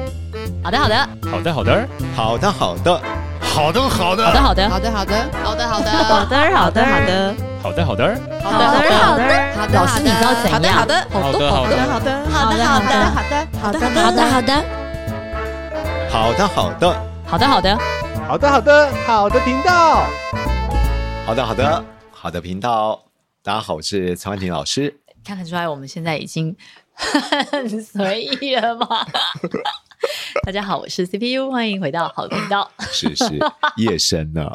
好的，好的，好的，好的，好的，好的，好的，好的，好的，好的，好的，好的，好的，好的，好的，好的，好的，好的，好的，好的，好的，好的，老师你知道怎样？好的，好的，好好的的，好的，好的好好的，的好的，好的，好的，好的，好好的，好的，好的，的，好的，好的，好的频道。好的，好的，好的频道。大家好，我是曹婉婷老师。看得出来我们现在已经 很随意了 吗？大家好，我是 CPU，欢迎回到好频 道。是是，夜 深了，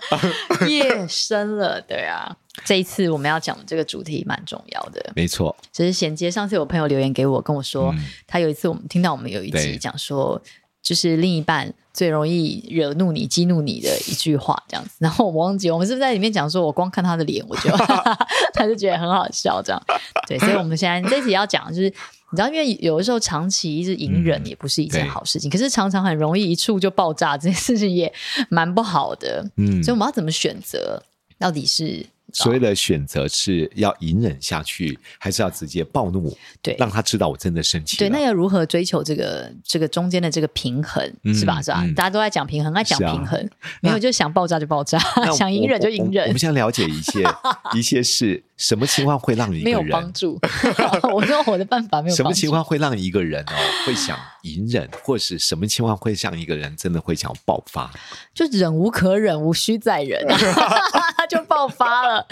夜深了，对啊，这一次我们要讲的这个主题蛮重要的，没错，只是衔接上次有朋友留言给我跟我说，嗯他有一次我们听到我们有一集对讲说，就是另一半最容易惹怒你、激怒你的一句话这样子。然后我忘记我们是不是在里面讲说，我光看他的脸，我就 他就觉得很好笑这样。 对，所以我们现在这集要讲的就是。你知道，因为有的时候长期一直隐忍嗯也不是一件对好事情，可是常常很容易一触就爆炸，这件事情也蛮不好的。嗯所以我们要怎么选择？到底是所谓的选择是要隐忍下去，还是要直接暴怒，对让他知道我真的生气了？对，那要如何追求这个这个中间的这个平衡，嗯是吧？是吧？嗯大家都在讲平衡，爱讲是啊平衡，没有就想爆炸就爆炸 那，我想隐忍就我隐我我忍们，先了解一 些一些是什么情况会让一没个有帮人，助。 我说我的办法没有帮助。什么情况会让一个人哦会想隐忍，或是什么情况会让一个人真的会想爆发？就忍无可忍，无需再 忍， 就爆发了。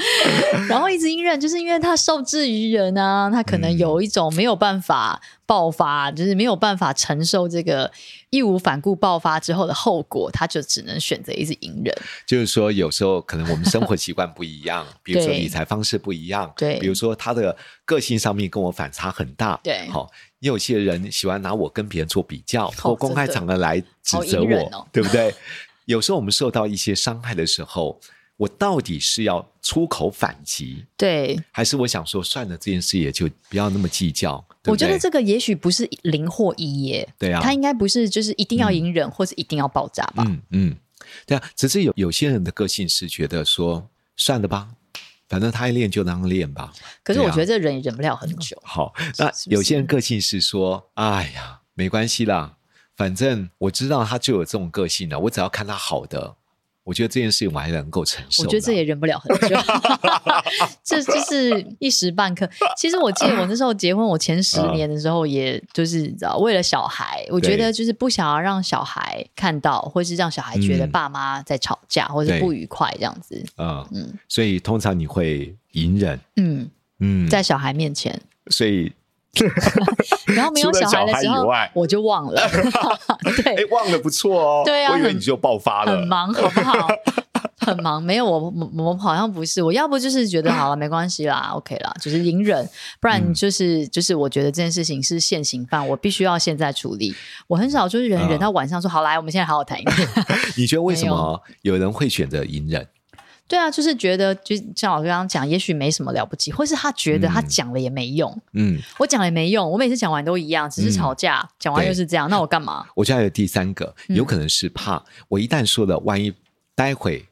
然后一直隐忍，就是因为他受制于人啊，他可嗯能有一种没有办法爆发，就是没有办法承受这个义无反顾爆发之后的后果，他就只能选择一直隐忍。就是说，有时候可能我们生活习惯不一 样，比如说对理财方式不一样，对比如说他的个性上面跟我反差很大，对好、也有些人喜欢拿我跟别人做比较，或公开真的场合来指好责隐忍我，哦 对不对？有时候我们受到一些伤害的时候，我到底是要出口反击，对，还是我想说算了，这件事也就不要那么计较？对我不觉对得这个也许不是零或一耶，对啊他应该不是就是一定要隐忍或是一定要爆炸吧？嗯嗯，对啊，只是有有些人的个性是觉得说算了吧，反正他爱练就让他练吧。可是我对啊觉得这忍也忍不了很 久，好，那是不有些人是个性是说，哎呀，没关系啦，反正我知道他就有这种个性了，我只要看他好的，我觉得这件事情我还能够承受我啦。觉得这也忍不了很 久，这就是一时半刻。其实我记得我那时候结婚，我前十嗯年的时候，也就是你知道为了小孩，我觉得就是不想要让小孩看到，或是让小孩觉得嗯爸妈在吵架，或是对不愉快这样子。嗯嗯所以通常你会隐忍，嗯，嗯，在小孩面前，所以然后没有除了小孩的小孩时以候外，我就忘了。 对，哎，忘了不错哦，对啊我以为很你就爆发很了，忙，好不 好？很忙，没有我，我我好像不是，我要不就是觉得好了，没关系啦，OK 啦，就是隐忍，不嗯然就是、就是我觉得这件事情是现行犯，我必须要现在处理。我很少就是忍啊忍到晚上说好来，我们现在好好谈一 谈。你觉得为什没有么有人会选择隐忍？对啊，就是觉得就像我刚刚讲，也许没什么了不起，或是他觉得他嗯讲了也没用，嗯，我讲了也没用，我每次讲完都一样，只是嗯吵架，讲完又对是这样，那我干嘛？我觉得还有第三个，嗯有可能是怕我一旦说了，万一待会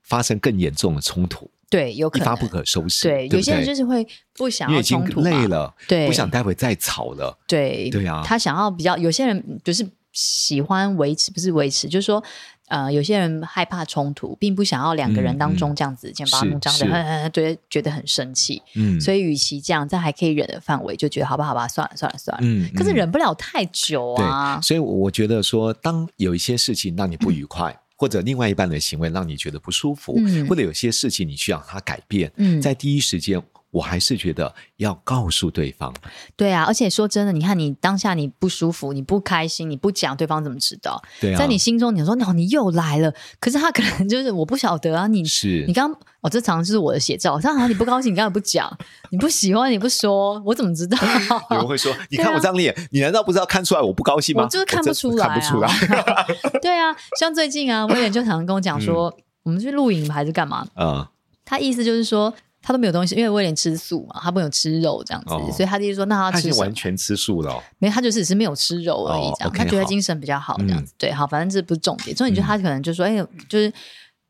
发生更严重的冲突，对，有可一能发不可收拾。对，有些人就是是会不想因为要已经冲突嘛累了，对不想待会再吵了。对对啊他想要比较，有些人就是喜欢维持，不是维持，就是说，呃，有些人害怕冲突，并不想要两个人当中这样子剑拔是弩张的，嗯是很对，觉得很生气，嗯，所以以与其这样，在还可以忍的范围，就觉得好吧，好吧，算了，算了，算了。嗯可是嗯忍不了太久啊对，，所以我觉得说，当有一些事情让你不愉快，或者另外一半的行为让你觉得不舒服，嗯或者有些事情你需要他改变，嗯在第一时间，我还是觉得要告诉对方。对啊。而且说真的，你看你当下你不舒服，你不开心，你不讲，对方怎么知道？对啊，在你心中，你说哦，你又来了，可是他可能就是我不晓得啊，你是你刚哦，这常常就是我的写照。常常你不高兴，你刚才不讲，你不喜欢，你不说，我怎么知道？ 有人会说：“ 你对啊看我这张脸，你难道不知道看出来我不高兴吗？”我就是看不真出来、啊，看不出来。 对啊，像最近啊，威廉就常常跟我讲说，我们去露营还是干嘛？嗯，他意思就是说。他都没有东西，因为威廉吃素嘛，他不有吃肉这样子，哦所以他就是说，那他他已吃经什么完？全吃素了哦。没有，他就只是没有吃肉而已，这样、哦，OK，他觉得好精神比较好这样子。对，好，反正这不是重点，重点就是嗯他可能就说，哎、就是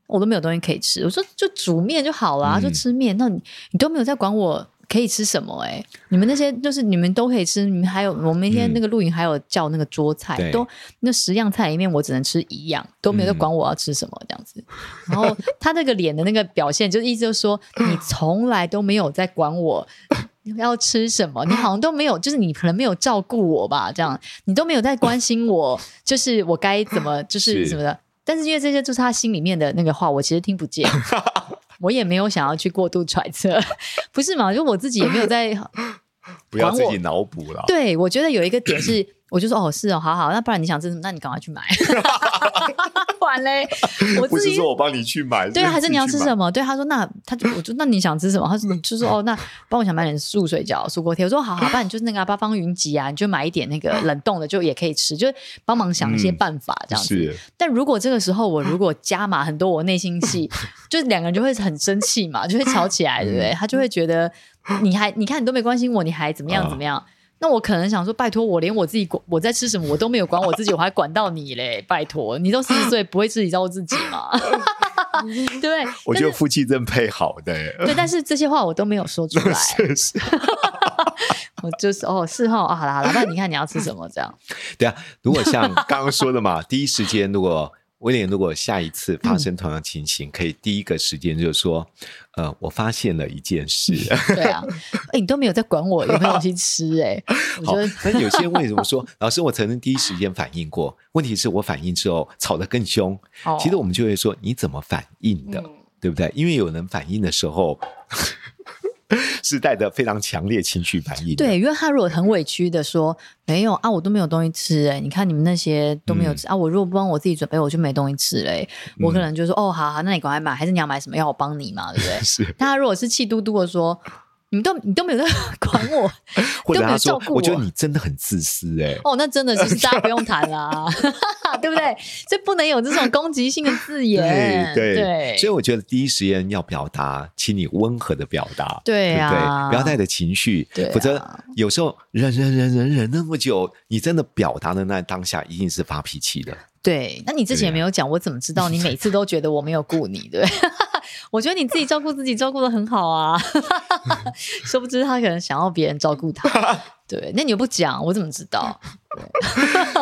我都没有东西可以吃，我说就煮面就好啦，嗯就吃面。那你你都没有在管我可以吃什么、欸？哎，你们那些就是你们都可以吃，你们还有我们那天嗯那个露营还有叫那个桌菜，对都那十样菜里面我只能吃一样，都没有在嗯管我要吃什么这样子。然后他那个脸的那个表现，就是意思就是说你从来都没有在管我。要吃什么？你好像都没有，就是你可能没有照顾我吧，这样你都没有在关心我， 就是我该怎么，就是是什么的。但是因为这些就是他心里面的那个话，我其实听 不见，我也没有想要去过度揣测，不是嘛？就我自己也没有 在，不要管自我己脑补了。对我觉得有一个点是，我就说哦是哦，好好，那不然你想吃什么，那你赶 快去买， 不然嘞，我不自是己说我帮你去买，嗯对啊，还是你要吃什么？么？对，他说那他就我就那你想吃什么？他说就说哦，那帮我想买点素水饺、素锅贴。我说好好，不然你就是那个、啊、八方云集啊，你就买一点那个冷冻的，就也可以吃，就是帮忙想一些嗯办法这样子。是但如果这个时候我如果加码很多我内心戏，就是两个人就会很生气嘛，就会吵起来，对不对？他就会觉得你还你看你都没关心我，你还怎么样啊怎么样？那我可能想说，拜托我连我自己管我在吃什么我都没有管我自己，我还管到你嘞？拜托，你都四十岁不会自己照顾自己吗？对不 对？我觉得夫妻真配好的、 欸，对，但是这些话我都没有说出来，我就是哦是哦，啊好啦好啦，那你看你要吃什么这样？对啊，如果像刚刚说的嘛，第一时间，如果威廉如果下一次发生同样情形，可以第一个时间就是说，呃，我发现了一件事。对啊，哎、你都没有在管我有没有东西吃哎、我 好觉得，但有些人为什么说老师，我曾经第一时间反应过？问题是我反应之后吵得更凶。哦嗯其实我们就会说，你怎么反应的，对不对？因为有人反应的时候 是带着非常强烈情绪反应的。对，因为他如果很委屈的说没有啊，我都没有东西吃哎、你看你们那些都嗯没有吃、啊，我如果不帮我自己准备，我就没东西吃嘞、我可能就说、哦，好好，那你赶快买，还是你要买什么？要我帮你嘛，对不对？ 是，但他如果是气嘟嘟的说，你都你都没有在 管我，或都者没他有说照顾，我觉得你真的很自私、欸，哦，那真的 就是大家不用谈啦， 对不对？所以不能有这种攻击性的字眼，对对所以我觉得第一时间要表达，请你温和的表达，对对不啊对？不要带着情绪，对啊否则有时候忍忍忍忍忍那么久，你真的表达的那当下一定是发 脾气的。对，那你之前也没有讲，我怎么知道你每次都觉得我没有顾你？对， 我觉得你自己照顾自己照顾的很好啊， 殊不知他可能想要别人照顾 他。对，那你又不讲，我怎么知道？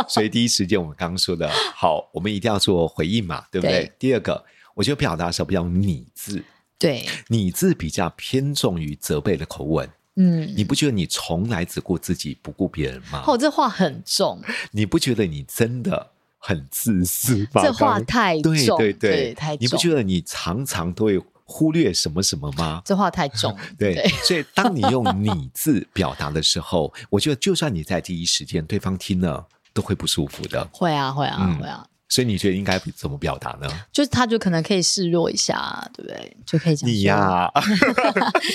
所以第一时间我们刚刚说的，好，我们一定要做回应嘛，对不对？对第二个，我觉得表达的时候不要用你字，对，你字比较偏重于责备的口吻。嗯，你不觉得你从来只顾自己不顾别人吗？哦，这话很重，你不觉得你真的很自私吗？这话刚太重，对对对，太重，你不觉得你常常都会忽略什么什么 吗？这话太重了？ 对，所以当你 用“你”字表达的时候，我觉得就算你在第一时间对方听了都会不舒服的。会啊，会啊，嗯会啊，所以你觉得应该怎么表达呢？就是他就可能可以示弱一下，啊对不对？就可以讲你说呀、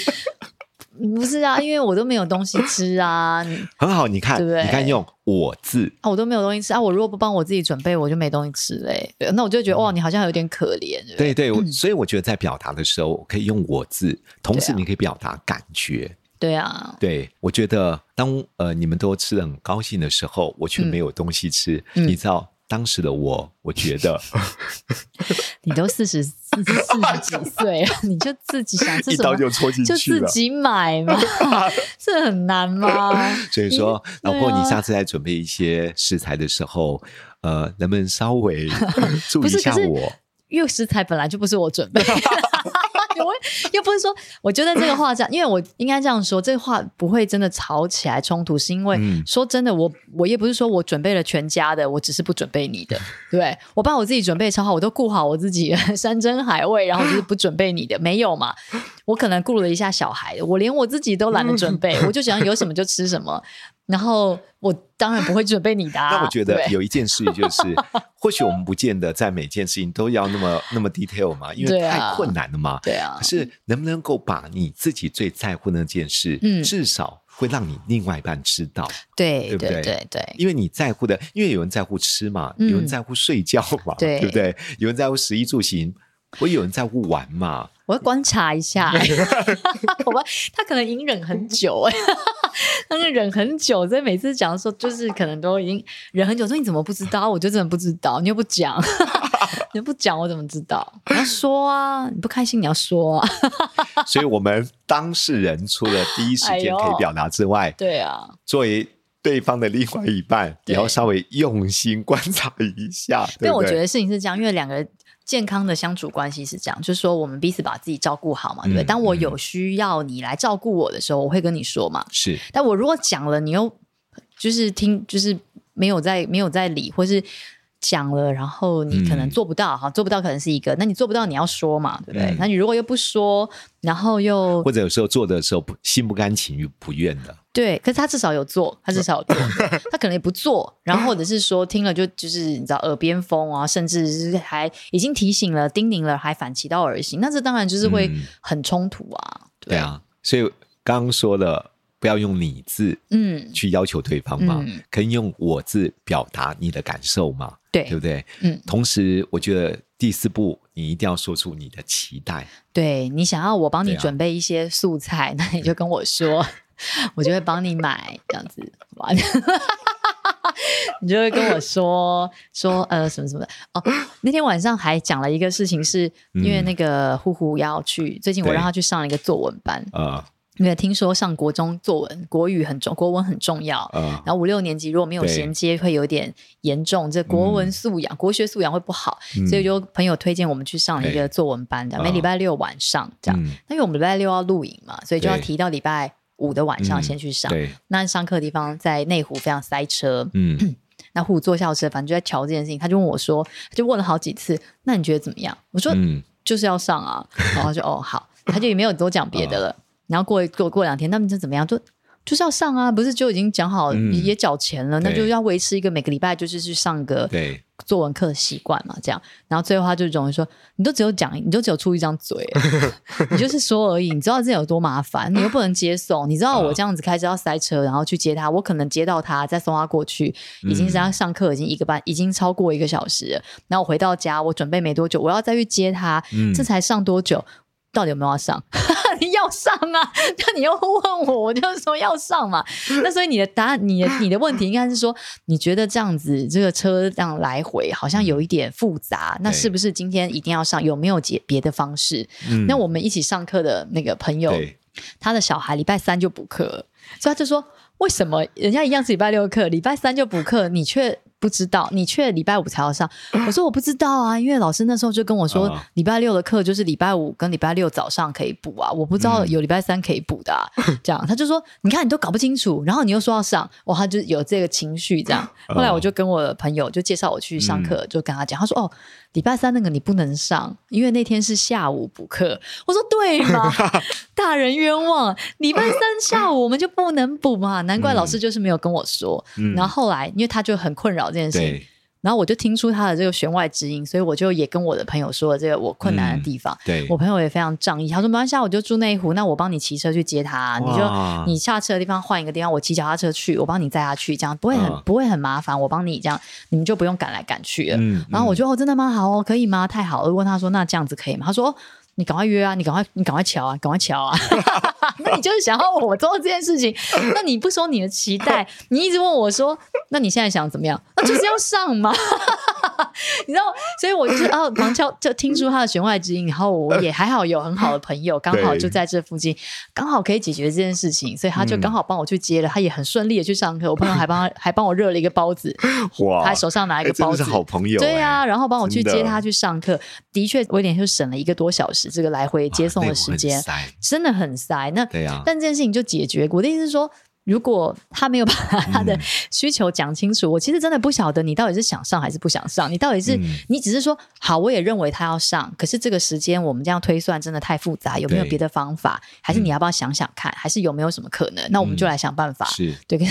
不是啊，因为我都没有东西吃啊，你很好，你看，对不对你看用“我”字，啊，我都没有东西吃啊！我如果不帮我自己准备，我就没东西吃嘞。对那我就觉得哇，你好像有点可怜。对不对嗯对对，我所以我觉得在表达的时候，我可以用“我”字，同时对啊你可以表达感觉。对啊，对，我觉得当呃你们都吃的很高兴的时候，我却没有东西吃，嗯你知道当时的我，我觉得你都四十四十四十几岁了，你就自己想吃 一什刀么就戳进就去自了。己买 嘛，这很难吗？所以说，对老啊婆，你下次在准备一些食材的时候，呃，能不能 稍微注意不一是下可是我？因为食材本来就不是我准备的。我又不是说，我觉得这个话这样，因为我应该这样说，这话不会真的吵起来冲突，是因为、嗯说真的，我我也不是说我准备了全家的，我只是不准备你的，对我把我自己准备超好，我都顾好我自己山珍海味，然后就是不准备你的，没有嘛？我可能顾了一下小孩，我连我自己都懒得准备，我就想有什么就吃什么，然后我当然不会准备你的、啊。 那我觉得对有一件事就是，或许我们不见得在每件事情都要那么那么 detail 嘛，因为对啊太困难了嘛。对啊可，是能不能够把你自己最在乎那件事，嗯哎至少会让你另外一半知道。对对不对对对对，因为你在乎的，因为有人在乎吃嘛，嗯有人在乎睡觉嘛，对不对？有人在乎食衣住行，我有人在误玩嘛，我要观察一下、 好吧？他可能隐忍很久、哎， 他就忍很久，所以每次讲说，就是可能都已经忍很久，说你怎么不知道？我就真的不知道，你又不讲， 你又不讲，我怎么知道？你要说啊，你不开心你要说啊，所以我们当事人除了第一哎时间可以表达之外，对啊，作为对方的另外一半，对也要稍微用心观察一下，因对为不我觉对？得事情是这样，因为两个人健康的相处关系是这样，就是说我们彼此把自己照顾好嘛，对不对？嗯当我有需要你来照顾我的时候，我会跟你说嘛。是但我如果讲了，你又就是听，就是没有在没有在理，或是讲了，然后你可能嗯做不到，哈、做不到可能是一个，那你做不到你要说嘛，对不对？嗯那你如果又不说，然后又或者有时候做的时候不心不甘情不愿的，对，可是他至少有做，他至少 有做，他可能也不做，然后或者是说听了就就是你知道耳边风啊，甚至是还已经提醒了、叮咛了，还反其道而行，那这当然就是会嗯很冲突啊，对，啊，所以刚刚说的不要用你字嗯，去要求对方嘛，嗯可以用我字表达你的感受嘛，对，对不对？嗯，同时，我觉得第四步你一定要说出你的期待，对你想要我帮你对啊准备一些素菜，那你就跟我说， 我就会帮你买这样子。完， 你就会跟我说说呃什么什么的哦。那天晚上还讲了一个事情是，因为嗯那个呼呼要去，最近我对让他去上了一个作文班，呃因为听说上国中作文国语很重，国文很重要。呃，然后五六年级如果没有对嗯衔接，会有点严重，这国文素养、国学素养会不好，所以就朋友推荐我们去上一个作文班的，啊每礼拜六晚上这样。嗯那因为我们礼拜六要录影嘛，所以就要对提到礼拜五的晚上嗯先去上。对，那上课的地方在内湖非常塞车， 嗯，那虎坐校车，反正就在瞧这件事情。他就问我说，他就问了好几次，那你觉得怎么样？我说、嗯，就是要上 啊，然后就哦好，他就也没有多讲别的啊了。然后过过过两天，他们就怎么样？就就是要上啊，不是就已经讲好、嗯也缴钱了，那对就要维持一个每个礼拜就是去上个对，作文课的习惯嘛，这样。然后最后他就容易说，你都只有讲，你都只有出一张嘴，啊你就是说而已，你知道这有多麻烦，你又不能接送，你知道我这样子开车要塞车，然后去接他，我可能接到他再送他过去，已经是他上课已经一个半，已经超过一个小时了。然后我回到家，我准备没多久，我要再去接他，嗯这才上多久？到底有没有要上？ 你要上啊！ 那你又问我，我就说要上 嘛。那所以你的答案，你的你的问题应该是说，你觉得这样子这个车这样来回好像有一点复杂，那是不是今天一定要上？有没有解别的方式？嗯那我们一起上课的那个朋友，对，他的小孩礼拜三就补课了，所以他就说：为什么人家一样是礼拜六课，礼拜三就补课，你却不知道，你却礼拜五才要上？我说我不知道啊，因为老师那时候就跟我说啊，礼拜六的课就是礼拜五跟礼拜六早上可以补啊，我不知道有礼拜三可以补的、啊。这样他就说：你看你都搞不清楚，然后你又说要上，哇，他就有这个情绪这样。后来我就跟我的朋友就介绍我去上课，就跟他讲，他说：哦，礼拜三那个你不能上，因为那天是下午补课。我说对 嘛，大人冤枉！礼拜三下午我们就不能补嘛，难怪老师就是没有跟我说。然后后来，因为他就很困扰这件事情，嗯对，然后我就听出他的这个弦外之音，所以我就也跟我的朋友说了这个我困难的地方。嗯对，我朋友也非常仗义，他说没关系啊，我就住内湖，那我帮你骑车去接他，你就哇你下车的地方换一个地方，我骑脚踏车去，我帮你载他去，这样不会很、嗯不会很麻烦，我帮你这样，你们就不用赶来赶去了。嗯然后我就哦，真的吗？好哦，可以吗？太好了。问他说，那这样子可以吗？他说，哦、你赶快约啊，你赶快，你赶快瞧啊，赶快瞧 啊。那你就是想要我做这件事情，那你不说你的期待，你一直问我说，那你现在想怎么样？那就是要上嘛。 你知道，所以我就是啊，旁敲就听出他的弦外之音，然后我也还好有很好的朋友，刚好就在这附近，刚好可以解决这件事情，所以他嗯就刚好帮我去接了，他也很顺利的去上课。我朋友还帮他还帮我热了一个包子，哇，他手上拿一个哎真包的子，是好朋友、对啊，哎，然后帮我去真的接他去上课，的确威廉就省了一个多小时这个来回接送的时间哇，哎那我很塞真的很塞。那对啊，但这件事情就解决。我的意思是说，如果他没有把他嗯的需求讲清楚，我其实真的不晓得你到底是想上还是不想上。你到底是、嗯你只是说好，我也认为他要上，可是这个时间我们这样推算真的太复杂，有没有对嗯别的方法？还是你要不要想想看？还是有没有什么可能？那我们就来想办法。是对， 跟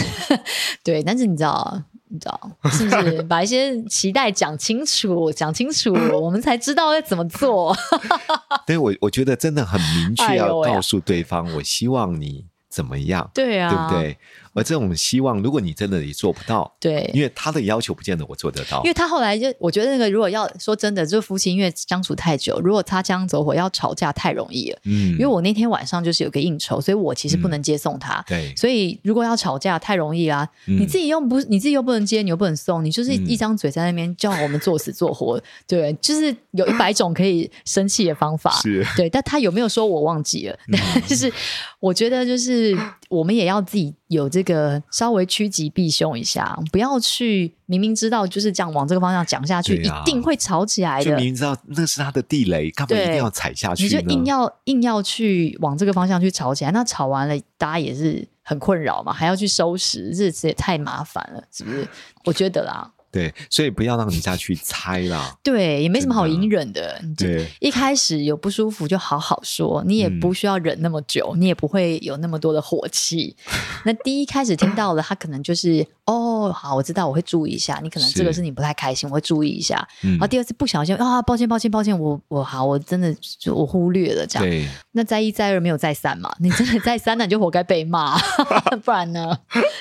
对，但是你知道，你知道是不 是把一些期待讲清楚，讲清楚，我们才知道要怎么做。 对我，我觉得真的很明哎确呦要喂啊告诉对方，我希望你怎么样，对啊对不对？而这种希望，如果你真的也做不到，对，因为他的要求不见得我做得到因。为他后来就，我觉得那个如果要说真的，就是夫妻因为相处太久，如果擦枪走火要吵架太容易了。嗯因为我那天晚上就是有个应酬，所以我其实不能接送他。对，所以如果要吵架太容易啦、嗯你自己又不你自己又不能接，你又不能送，你就是嗯一张嘴在那边叫我们作死作活，对，就是有一百种可以生气的方法。是 对，但他有没有说我忘记了？嗯但是我觉得就是我们也要自己有这个稍微趋吉避凶一下，不要去明明知道就是这样往这个方向讲下去，对啊一定会吵起来 就的明。明知道那是他的地雷，干嘛对一定要踩下去你就呢？硬要硬要去往这个方向去吵起来，那吵完了，大家也是很困扰嘛，还要去收拾，日子也太麻烦了，是不是？我觉得啦，对，所以不要让人家去猜啦。对，也没什么好真的隐忍的。 你就对，一开始有不舒服就好好说，你也嗯不需要忍那么久，你也不会有那么多的火 气。那第一开始听到了，他可能就是哦，好，我知道，我会注意一下。你可能是这个是你不太开心，我会注意一下。嗯然后第二次不小心啊，抱歉，抱歉，抱歉，我我好，我真的就我忽略了这样。对，那再一再二没有再三嘛，你真的再三，那你就活该被 骂，不然呢，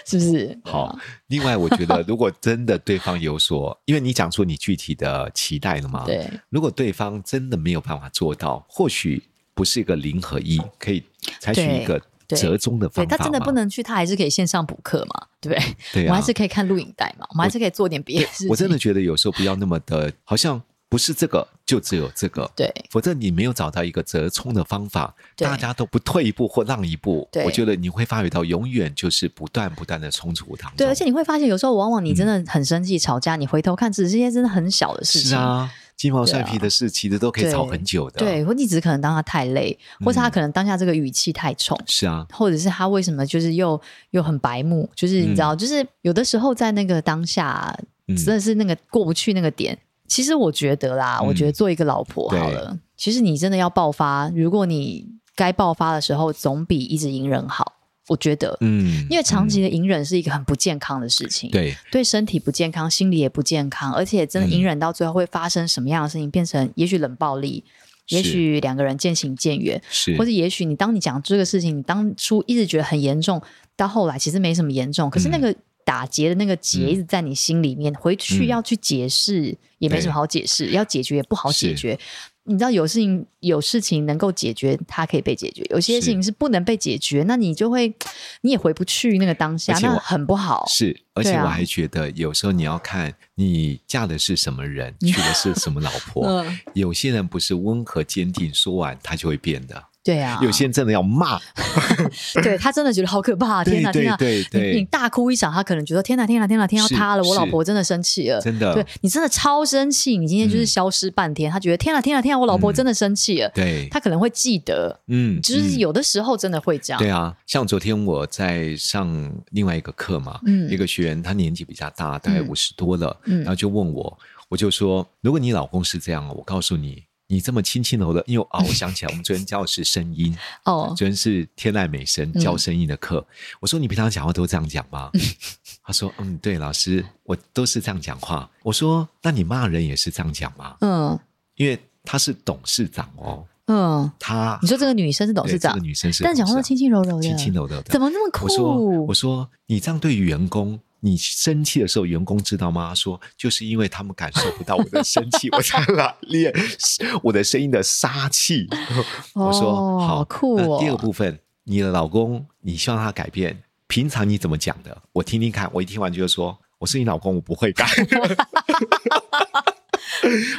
是不是？啊好。另外，我 觉得如果真的对方有所，因为你讲出你具体的期待了嘛，对啊，如果对方真的没有办法做到，或许不是一个零和一，可以采取一个对对折中的对方对，法嘛。他真的不能去，他还是可以线上补课嘛，对不对？对我啊们还是可以看录影带嘛，我们还是可以做点别的事情。我真的觉得有时候不要那么的，好像不是这个就只有这个，对否则你没有找到一个折冲的方法，对大家都不退一步或让一步对，我觉得你会发觉到永远就是不断不断的冲突当中。对，而且你会发现，有时候往往你真的很生气、吵架，你回头看，只是一些真的很小的事情。嗯是啊，鸡毛蒜皮的事其实都可以吵很久的。对，，或你只是可能当他太累，或嗯是他可能当下这个语气太冲，是啊，或者是他为什么就是又又很白目，就是你知道，就是有的时候在那个当下，嗯真的是那个过不去那个点。其实我觉得啦，嗯我觉得做一个老婆好了，其实你真的要爆发，如果你该爆发的时候，总比一直隐忍好。我觉得，嗯，因为长期的隐忍是一个很不健康的事情。对对身体不健康，心理也不健康，而且真的嗯隐忍到最后会发生什么样的事情？变成也许冷暴力，是也许两个人渐行渐远，是或者也许你当你讲这个事情，你当初一直觉得很严重，到后来其实没什么严重，可是那个打结的那个结一直在你心里面，回去嗯要去解释也没什么好解释，要解决也不好解是决。你知道有事情有事情能够解决，它可以被解决；有些是事情是不能被解决，那你就会你也回不去那个当下，而且那我很不好。是，而且对啊我还觉得有时候你要看你嫁的是什么人，娶的是什么老婆。 嗯，有些人不是温和坚定，说完他就会变的；对啊，有些人真的要骂，对他真的觉得好可怕，啊天对哪，天对哪！对你你对，大哭一场，他可能觉得天哪天哪天哪天要是塌了，我老是婆真的生气了，真的对你真的超生气，你今天就是嗯消失半天，他觉得天哪天哪天哪，我老婆嗯真的生气了，对，他可能会记得，嗯，就是嗯有的时候真的会这样，对啊，像昨天我在上另外一个课嘛，嗯一个学员他年纪比较大，大概嗯五十多了，嗯然后就问我，我就说，如果你老公是这样，我告诉你，你这么轻轻柔的，因为啊，我想起来，我们昨天教的是声音， 哦，嗯昨天是天籁美声教声音的课，我说你平常讲话都这样讲吗？他说，嗯，对，老师，我都是这样讲话。我说，那你骂人也是这样讲吗？嗯因为他是董事长哦，嗯，他你说这个女生是董对事长这个，女生是董但事长，讲话都轻轻柔柔的，轻轻柔柔的，怎么那么我说酷？我说你这样对员工，你生气的时候，员工知道吗？他说就是因为他们感受不到我的生气， 我才来练 我的声音的杀气。我说、哦好好酷哦那第二部分，你的老公，你希望他改变，平常你怎么讲的？我听听看，我一听完就说。我是你老公，我 不会改。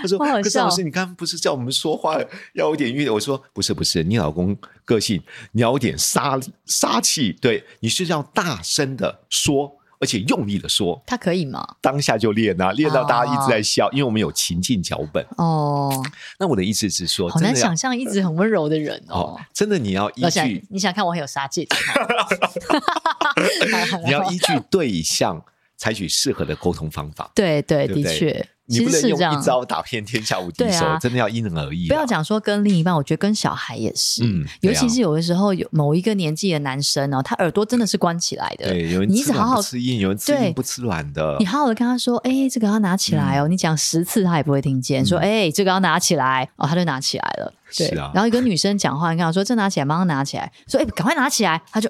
他说好好：“可是笑老师，你刚刚不是叫我们说话要有点韵？”我说：“不是，不是，你老公个性你要有点杀杀气，对，你是要大声的说，而且用力的说。他可以吗？当下就练啊，练到大家一哦直在笑，因为我们有情境脚本。哦，那我的意思是说，好真难的要想象一直很温柔的人哦哦。，真的你要依老想据，你想看我很有杀戒指吗？好 你要依据对象采取适合的沟通方法。对对，对不的对确，你其不实能是用这样一。招打遍天下无敌对手，啊真的要因人而异不啦。要讲说跟另一半，我觉得跟小孩也是，嗯尤对啊其是有的时候有某一个年纪的男生哦，他耳朵真的是关起来的，对，有人你一直吃好软好不吃硬，有人吃对硬不吃软的嗯你。好好的跟他说，哎、这个要拿起来哦。你讲十次他也不会听见，说，哎、这个要拿起来哦，他就拿起来了。对，是啊然后一个女生讲话，你跟她说这拿起来，马上拿起来，说，哎、赶快拿起来，他就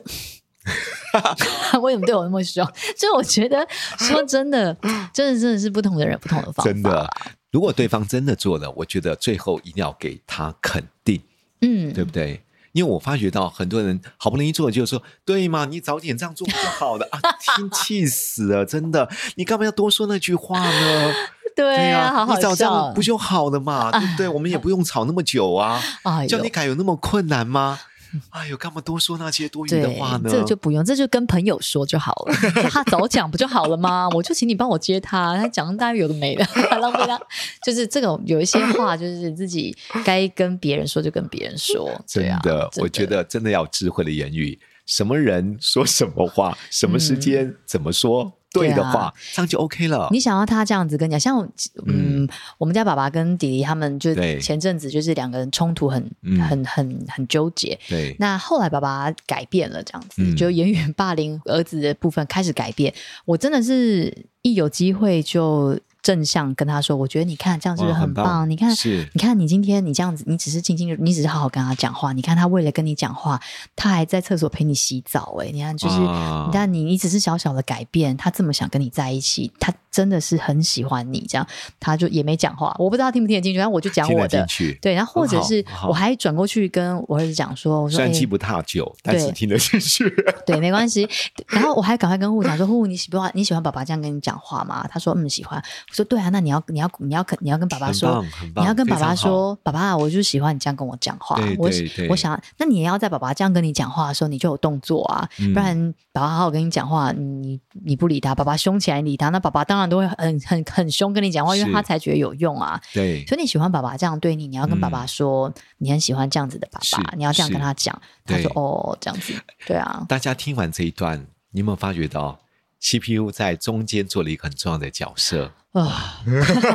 为什么对 我那么凶？就我觉得，说真 的，真的真的是不同的人，不同的方法。真的，如果对方真的做了，我觉得最后一定要给他肯定，嗯，对不对？因为我发觉到很多人好不容易做，就是说对嘛，你早点这样做不就好了 啊？听气死了，真的，你干嘛要多说那句话呢？ 对啊，好好你早这笑样不就好 了嘛，对不对？我们也不用吵那么久啊，哎叫呦你改有那么困难吗？ 哎呦，干嘛多说那些多余对的话，呢？这个就不用，这就跟朋友说就好了。就他早讲不就好了吗？我就请你帮我接他，他讲大约有的没的，浪费他。就是这种有一些话，就是自己该跟别人说就跟别人说。真对啊的，我觉得真的要智慧的言语，什么人说什么话，什么时间、怎么说对的嗯对啊话，这样就 OK 了。你想要他这样子跟你讲，像我嗯，我们家爸爸跟弟弟他们就对前阵子就是两个人冲突很嗯很很很纠结。对，那后来爸爸改变了，这样子、嗯就言语霸凌儿子的部分开始改变。我真的是一有机会就正向跟他说，我觉得你看这样是不是哇很很棒你看是你看，你今天你这样子，你只是静静地，你只是好好跟他讲话。你看他为了跟你讲话，他还在厕所陪你洗澡、欸。哎，你看，就是，啊你看你，你只是小小的改变，他这么想跟你在一起，他真的是很喜欢你。这样，他就也没讲话，我不知道他听不听得进去，但我就讲听我得进的。去，对，然后或者很好是很好我还转过去跟我儿子讲说，我说虽然欸记不太久，但是对听得进去。对，没关系。然后我还赶快跟户讲说：“户，你喜不喜欢你喜欢爸爸这样跟你讲话吗？”他说：“嗯，喜欢。”我说：“对啊，那你要你要你要跟你要跟爸 爸很说棒，很，棒你要跟爸非爸常好说，爸爸，我就喜欢你这样跟我讲话。对我对喜对我想，那你也要在爸爸这样跟你讲话的时候，你就有动作啊，嗯不然爸爸好好跟你讲话，你你不理他，爸爸凶起来你理他，那爸爸当然都会很很很凶跟你讲话，因为是他才觉得有用啊。对，所以你喜欢爸爸这样对你，你要跟爸爸说、你很喜欢这样子的爸爸，嗯是你要这样跟是他讲。他对说：“哦，这样子，对啊。”大家听完这一段，你有没有发觉到 CPU 在中间做了一个很重要的角色？啊，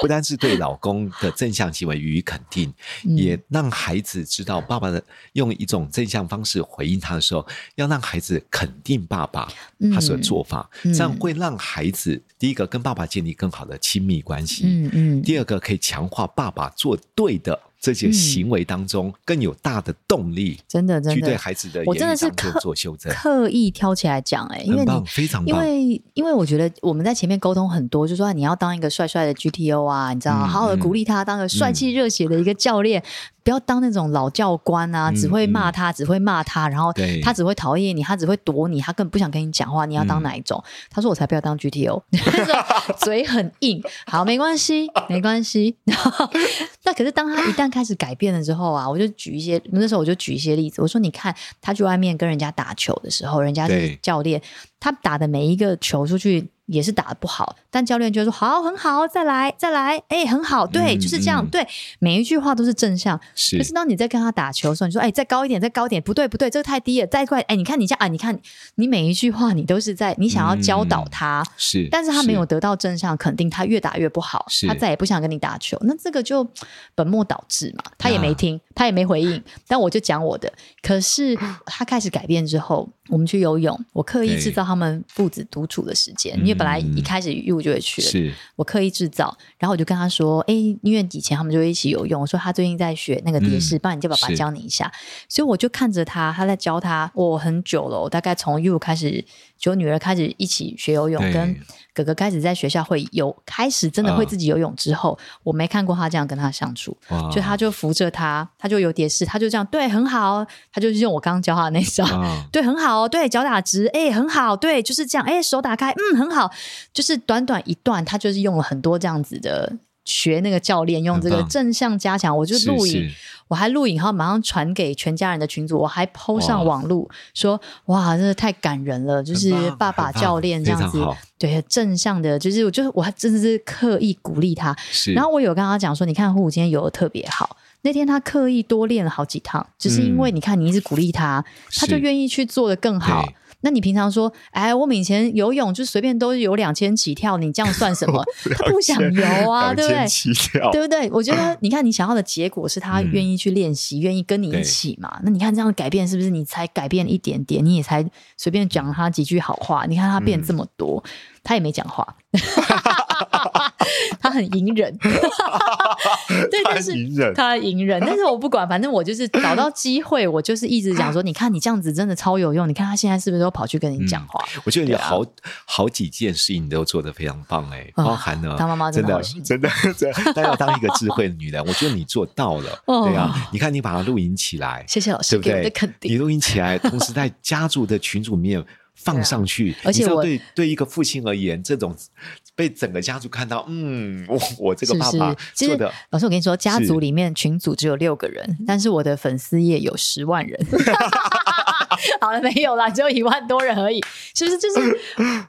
不单是对老公的正向行为予以肯定，嗯也让孩子知道爸爸的用一种正向方式回应他的时候，要让孩子肯定爸爸嗯他所做法，嗯这样会让孩子第一个跟爸爸建立更好的亲密关系，嗯嗯，第二个可以强化爸爸做对的这些行为当中、更有大的动力真的真去对的，孩子的我真言的语是当刻中做修正，刻意挑起来讲，哎，因为很你棒，非常因棒。为因为我觉得我们在前面沟通很多，就说啊你要当一个帅帅的 GTO 啊，你知道，嗯好好的鼓励他，当个帅气热血的一个教练，不要当那种老教官啊，嗯只会骂他，只会骂他，然后对他只会讨厌你，他只会躲你，他根本不想跟你讲话。你要嗯当哪一种？他说我才不要当 GTO，就是 嘴很硬。好，没关系，没关系。然后， 那可是当他一旦开始改变了之后啊，我就举一些那时候我就举一些例子，我说你看他去外面跟人家打球的时候，人家是对教练，他打的每一个球出去也是打的不好，但教练就会说好，很好，再来，再来，哎、很好，对，嗯就是这样，嗯对，每一句话都是正向。是可是当你在跟他打球的时候，你说哎、再高一点，再高一点，不对，不对，这个太低了，再快，哎、你看你这样啊，你看你每一句话你都是在你想要教嗯导他。是，但是他没有得到正向肯定，他越打越不好，是他再也不想跟你打球，那这个就本末倒置啊嘛。他也没听， 他也没回应，但我就讲我的。可是他开始改变之后，我们去游泳，我刻意对嗯制造他们父子独处的时间，因为本来一开始玉我就会去了，是我刻意制造，然后我就跟他说：“哎、因为以前他们就会一起游泳，我说他最近在学那个蝶式，帮、你叫爸爸嗯是教你一下。”所以我就看着他，他在教他。我很久了，我大概从 U 开始，就我女儿开始一起学游泳，对跟哥哥开始在学校会游，开始真的会啊自己游泳之后，我没看过他这样跟他相处。哇就他就扶着他，他就有蝶式，他就这样对，很好，啊他就用我刚刚教他的那招，啊，对，很好哦，对，脚打直，哎、很好，对，就是这样，哎、手打开，嗯，很好，就是短短一段，他就是用了很多这样子的。学那个教练用这个很棒正向加强，我就是录影，是我还录影，然后马上传给全家人的群组，我还 PO 上哇网路说，哇，真的太感人了，就是很棒爸爸很棒教练这非样常子好，对，正向的，就是我就是我还真的是刻意鼓励他，是，然后我有跟他讲说，你看虎虎今天游的特别好，那天他刻意多练了好几趟，只是因为你看你一直鼓励他，他就是愿意去做的更好嗯对。那你平常说，哎，我们以前游泳就随便都游两千起跳，你这样算 什么？他不想游啊，对不对两千？七条对不对？我觉 得，你看你想要的结果是他嗯愿意去练习，愿意跟你一对起嘛。那你看这样的改变是不是你才改变一点点，你也才随便讲他 嗯几句好话？你看他变这么多，他也没讲话，他很隐忍， 对，但是太隐忍，他隐忍，但是我不管，反正我就是找到机会，我就是一直讲 说，你看你这样子真的超有用，你看他现在是不是都跑去跟你讲话？我觉得你对啊好、好几件事情你都做得非常棒哎、啊包含了当妈妈真真的的好辛苦真的真的，但要当一个智慧的女人，我觉得你做到了。 哦对啊，你看你把它录音起来，谢谢老师对不给我对？的肯你定，录音起来，同时在家族的群组里面放上去，啊而且你知道我对对一个父亲而言，这种被整个家族看到，嗯，我我这是个不爸是爸？其做实的。老师，我跟你说，家是嗯族里面群组只有六个人，但是我的粉丝页有十万 人。好了，没有啦，只有一万多人而已。是不是？ 就是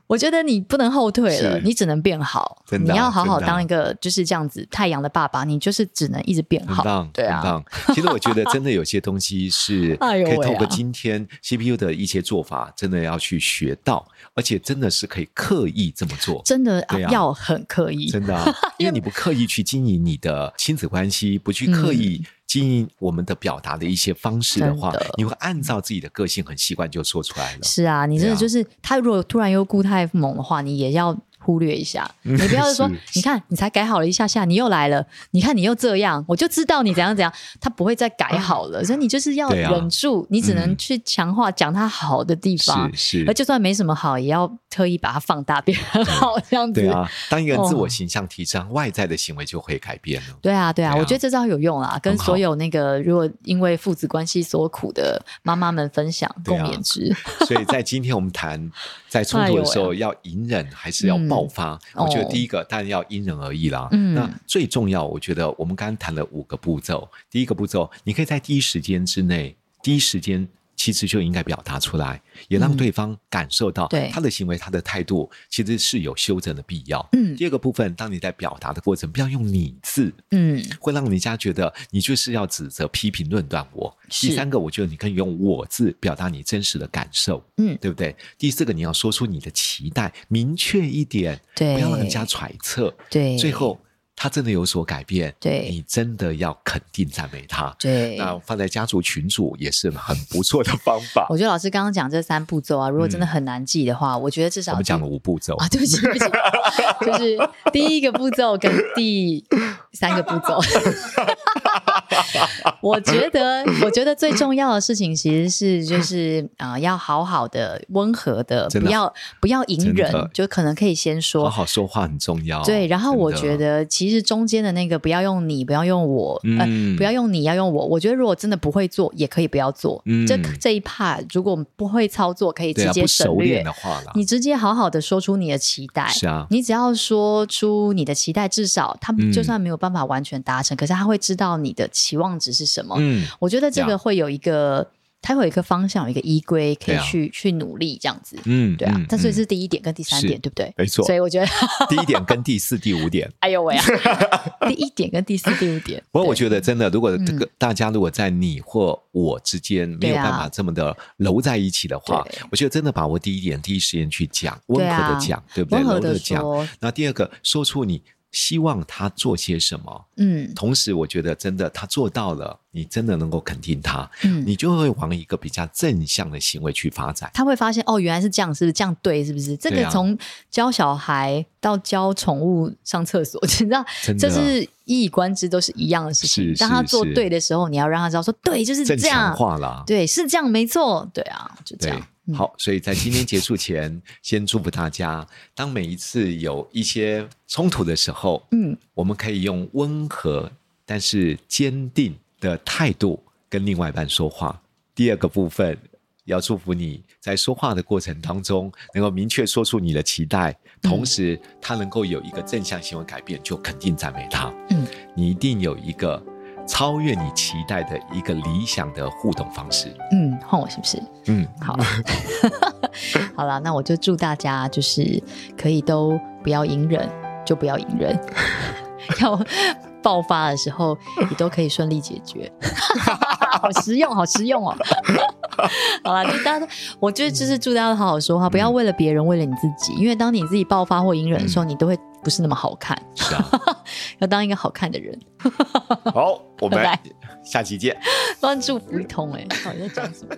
我觉得你不能后退了，是你只能变好。真的啊你要好好真的啊当一个就是这样子太阳的爸爸，你就是只能一直变很好棒，。对啊很，棒。其实我觉得真的有些东西是 哎可呦以喂透过啊今天 CPU 的一些做法，真的要去学到，而且真的是可以刻意这么做。真的、对啊要很刻意。真 的啊、因为你不刻意去经营你的亲子关系，不去刻意经营我们的表达的一些方式的话，嗯真的你会按照自己的个性很习惯就做出来了。是啊，你真的对啊就是、他，如果突然又顾太猛的话，你也要忽略一下。嗯你不要 说，你看你才改好了一下下，你又来了，你看你又这样，我就知道你怎样怎样，他不会再改好了，所以你就是要对啊忍住，你只能嗯去强化讲他好的地方。是而就算没什么好，也要特意把它放大变很好，这样子。对啊，当一个人自哦我形象提升，外在的行为就会改变了。对啊，对啊，对啊我觉得这招有用啦，跟很好所有那个如果因为父子关系所苦的妈妈们分享，对共啊勉之。所以在今天我们谈在冲突的时哎候，要隐忍还是要爆发？啊嗯我觉得第一个当然要因人而异啦。嗯那最重要，我觉得我们刚刚谈了五个步骤。第一个步骤，你可以在第一时间之内，第一时间其实就应该表达出来，也让嗯对方感受到对他的行为、他的态度其实是有修正的必要。嗯第二个部分，当你在表达的过程，不要用“你”字，嗯，会让人家觉得你就是要指责、批评、论断我。是第三个，我觉得你可以用“我”字表达你真实的感受，嗯对不对？第四个，你要说出你的期待，明确一点，对不要让人家揣测。对。最后，他真的有所改变，对你真的要肯定赞美他。对，那放在家族群组也是很不错的方法。 我觉得老师刚刚讲这三步骤啊，如果真的很难记的话，我觉得至少嗯我们讲了五步骤， 啊，对不起，对不起，就是第一个步骤跟第三个步骤。 我觉得，我觉得最重要的事情其实是就是啊、呃要好好的、温和的，真不的要不要隐真忍的，就可能可以先说好好说话很重要。对，然后我哦真觉的得其实中间的那个不要用你，不要用我，呃，嗯不要用你，要用我。我觉得如果真的不会做，也可以不要做。嗯这这一 part 如果不会操作，可以对直啊，接不省熟略。练的话啦，你直接好好的说出你的期待，是啊你只要说出你的期待，至少他们嗯就算没有办法完全达成，可是他会知道你的期望值是什么。嗯，我觉得这个呀会有一个，它会有一个方向，有一个依归，可以对啊去、去努力这样子。嗯对啊嗯，但所以嗯这是第一点跟第三是点，对不对？没错所以我觉得第一点跟第四、第 五点。哎呦喂 啊！第一点跟第四、第五点，不过我对觉得真的，如果这嗯个大家如果在你或我之间没对有啊办法这么的揉在一起的话，对我觉得真的把握第一点第一时间去讲，温对啊和的讲，对不对？温柔和的的讲。说，那第二个，说出你希望他做些什么。嗯同时，我觉得真的他做到了，你真的能够肯定他，嗯，你就会往一个比较正向的行为去发展。他会发现哦，原来是这样，是不是这样对？是不是这对个啊从教小孩到教宠物上厕所，你知道真，的这啊是一以贯之，都是一样的事情是。是当他做是对的时候，你要让他知道说，对，就是正这常样，化啦，对，是这样，没错，对啊，就这对样。，嗯好，所以在今天结束 前，先祝福大家，当每一次有一些冲突的时候，嗯，我们可以用温和但是坚定的态度跟另外一半说话。第二个部分。要祝福你在说话的过程当中，能够明确说出你的期待，嗯同时他能够有一个正向行为改变，就肯定赞美他。嗯，你一定有一个超越你期待的一个理想的互动方式。嗯，换我是不是？嗯，好， 好了，那我就祝大家就是可以都不要隐忍，就不要隐忍， 要爆发的时候你都可以顺利解决， 好实用，好实用哦。 好了，就大家都，我觉得就是祝大家都好好说话，不嗯要为了别人，为了你自己，因为当你自己爆发或隐忍的时候，你都会不是那么好看，是啊。要当一个好看的人，好，我们拜拜 下期见。欸乱祝福一通哎、到底在讲什么？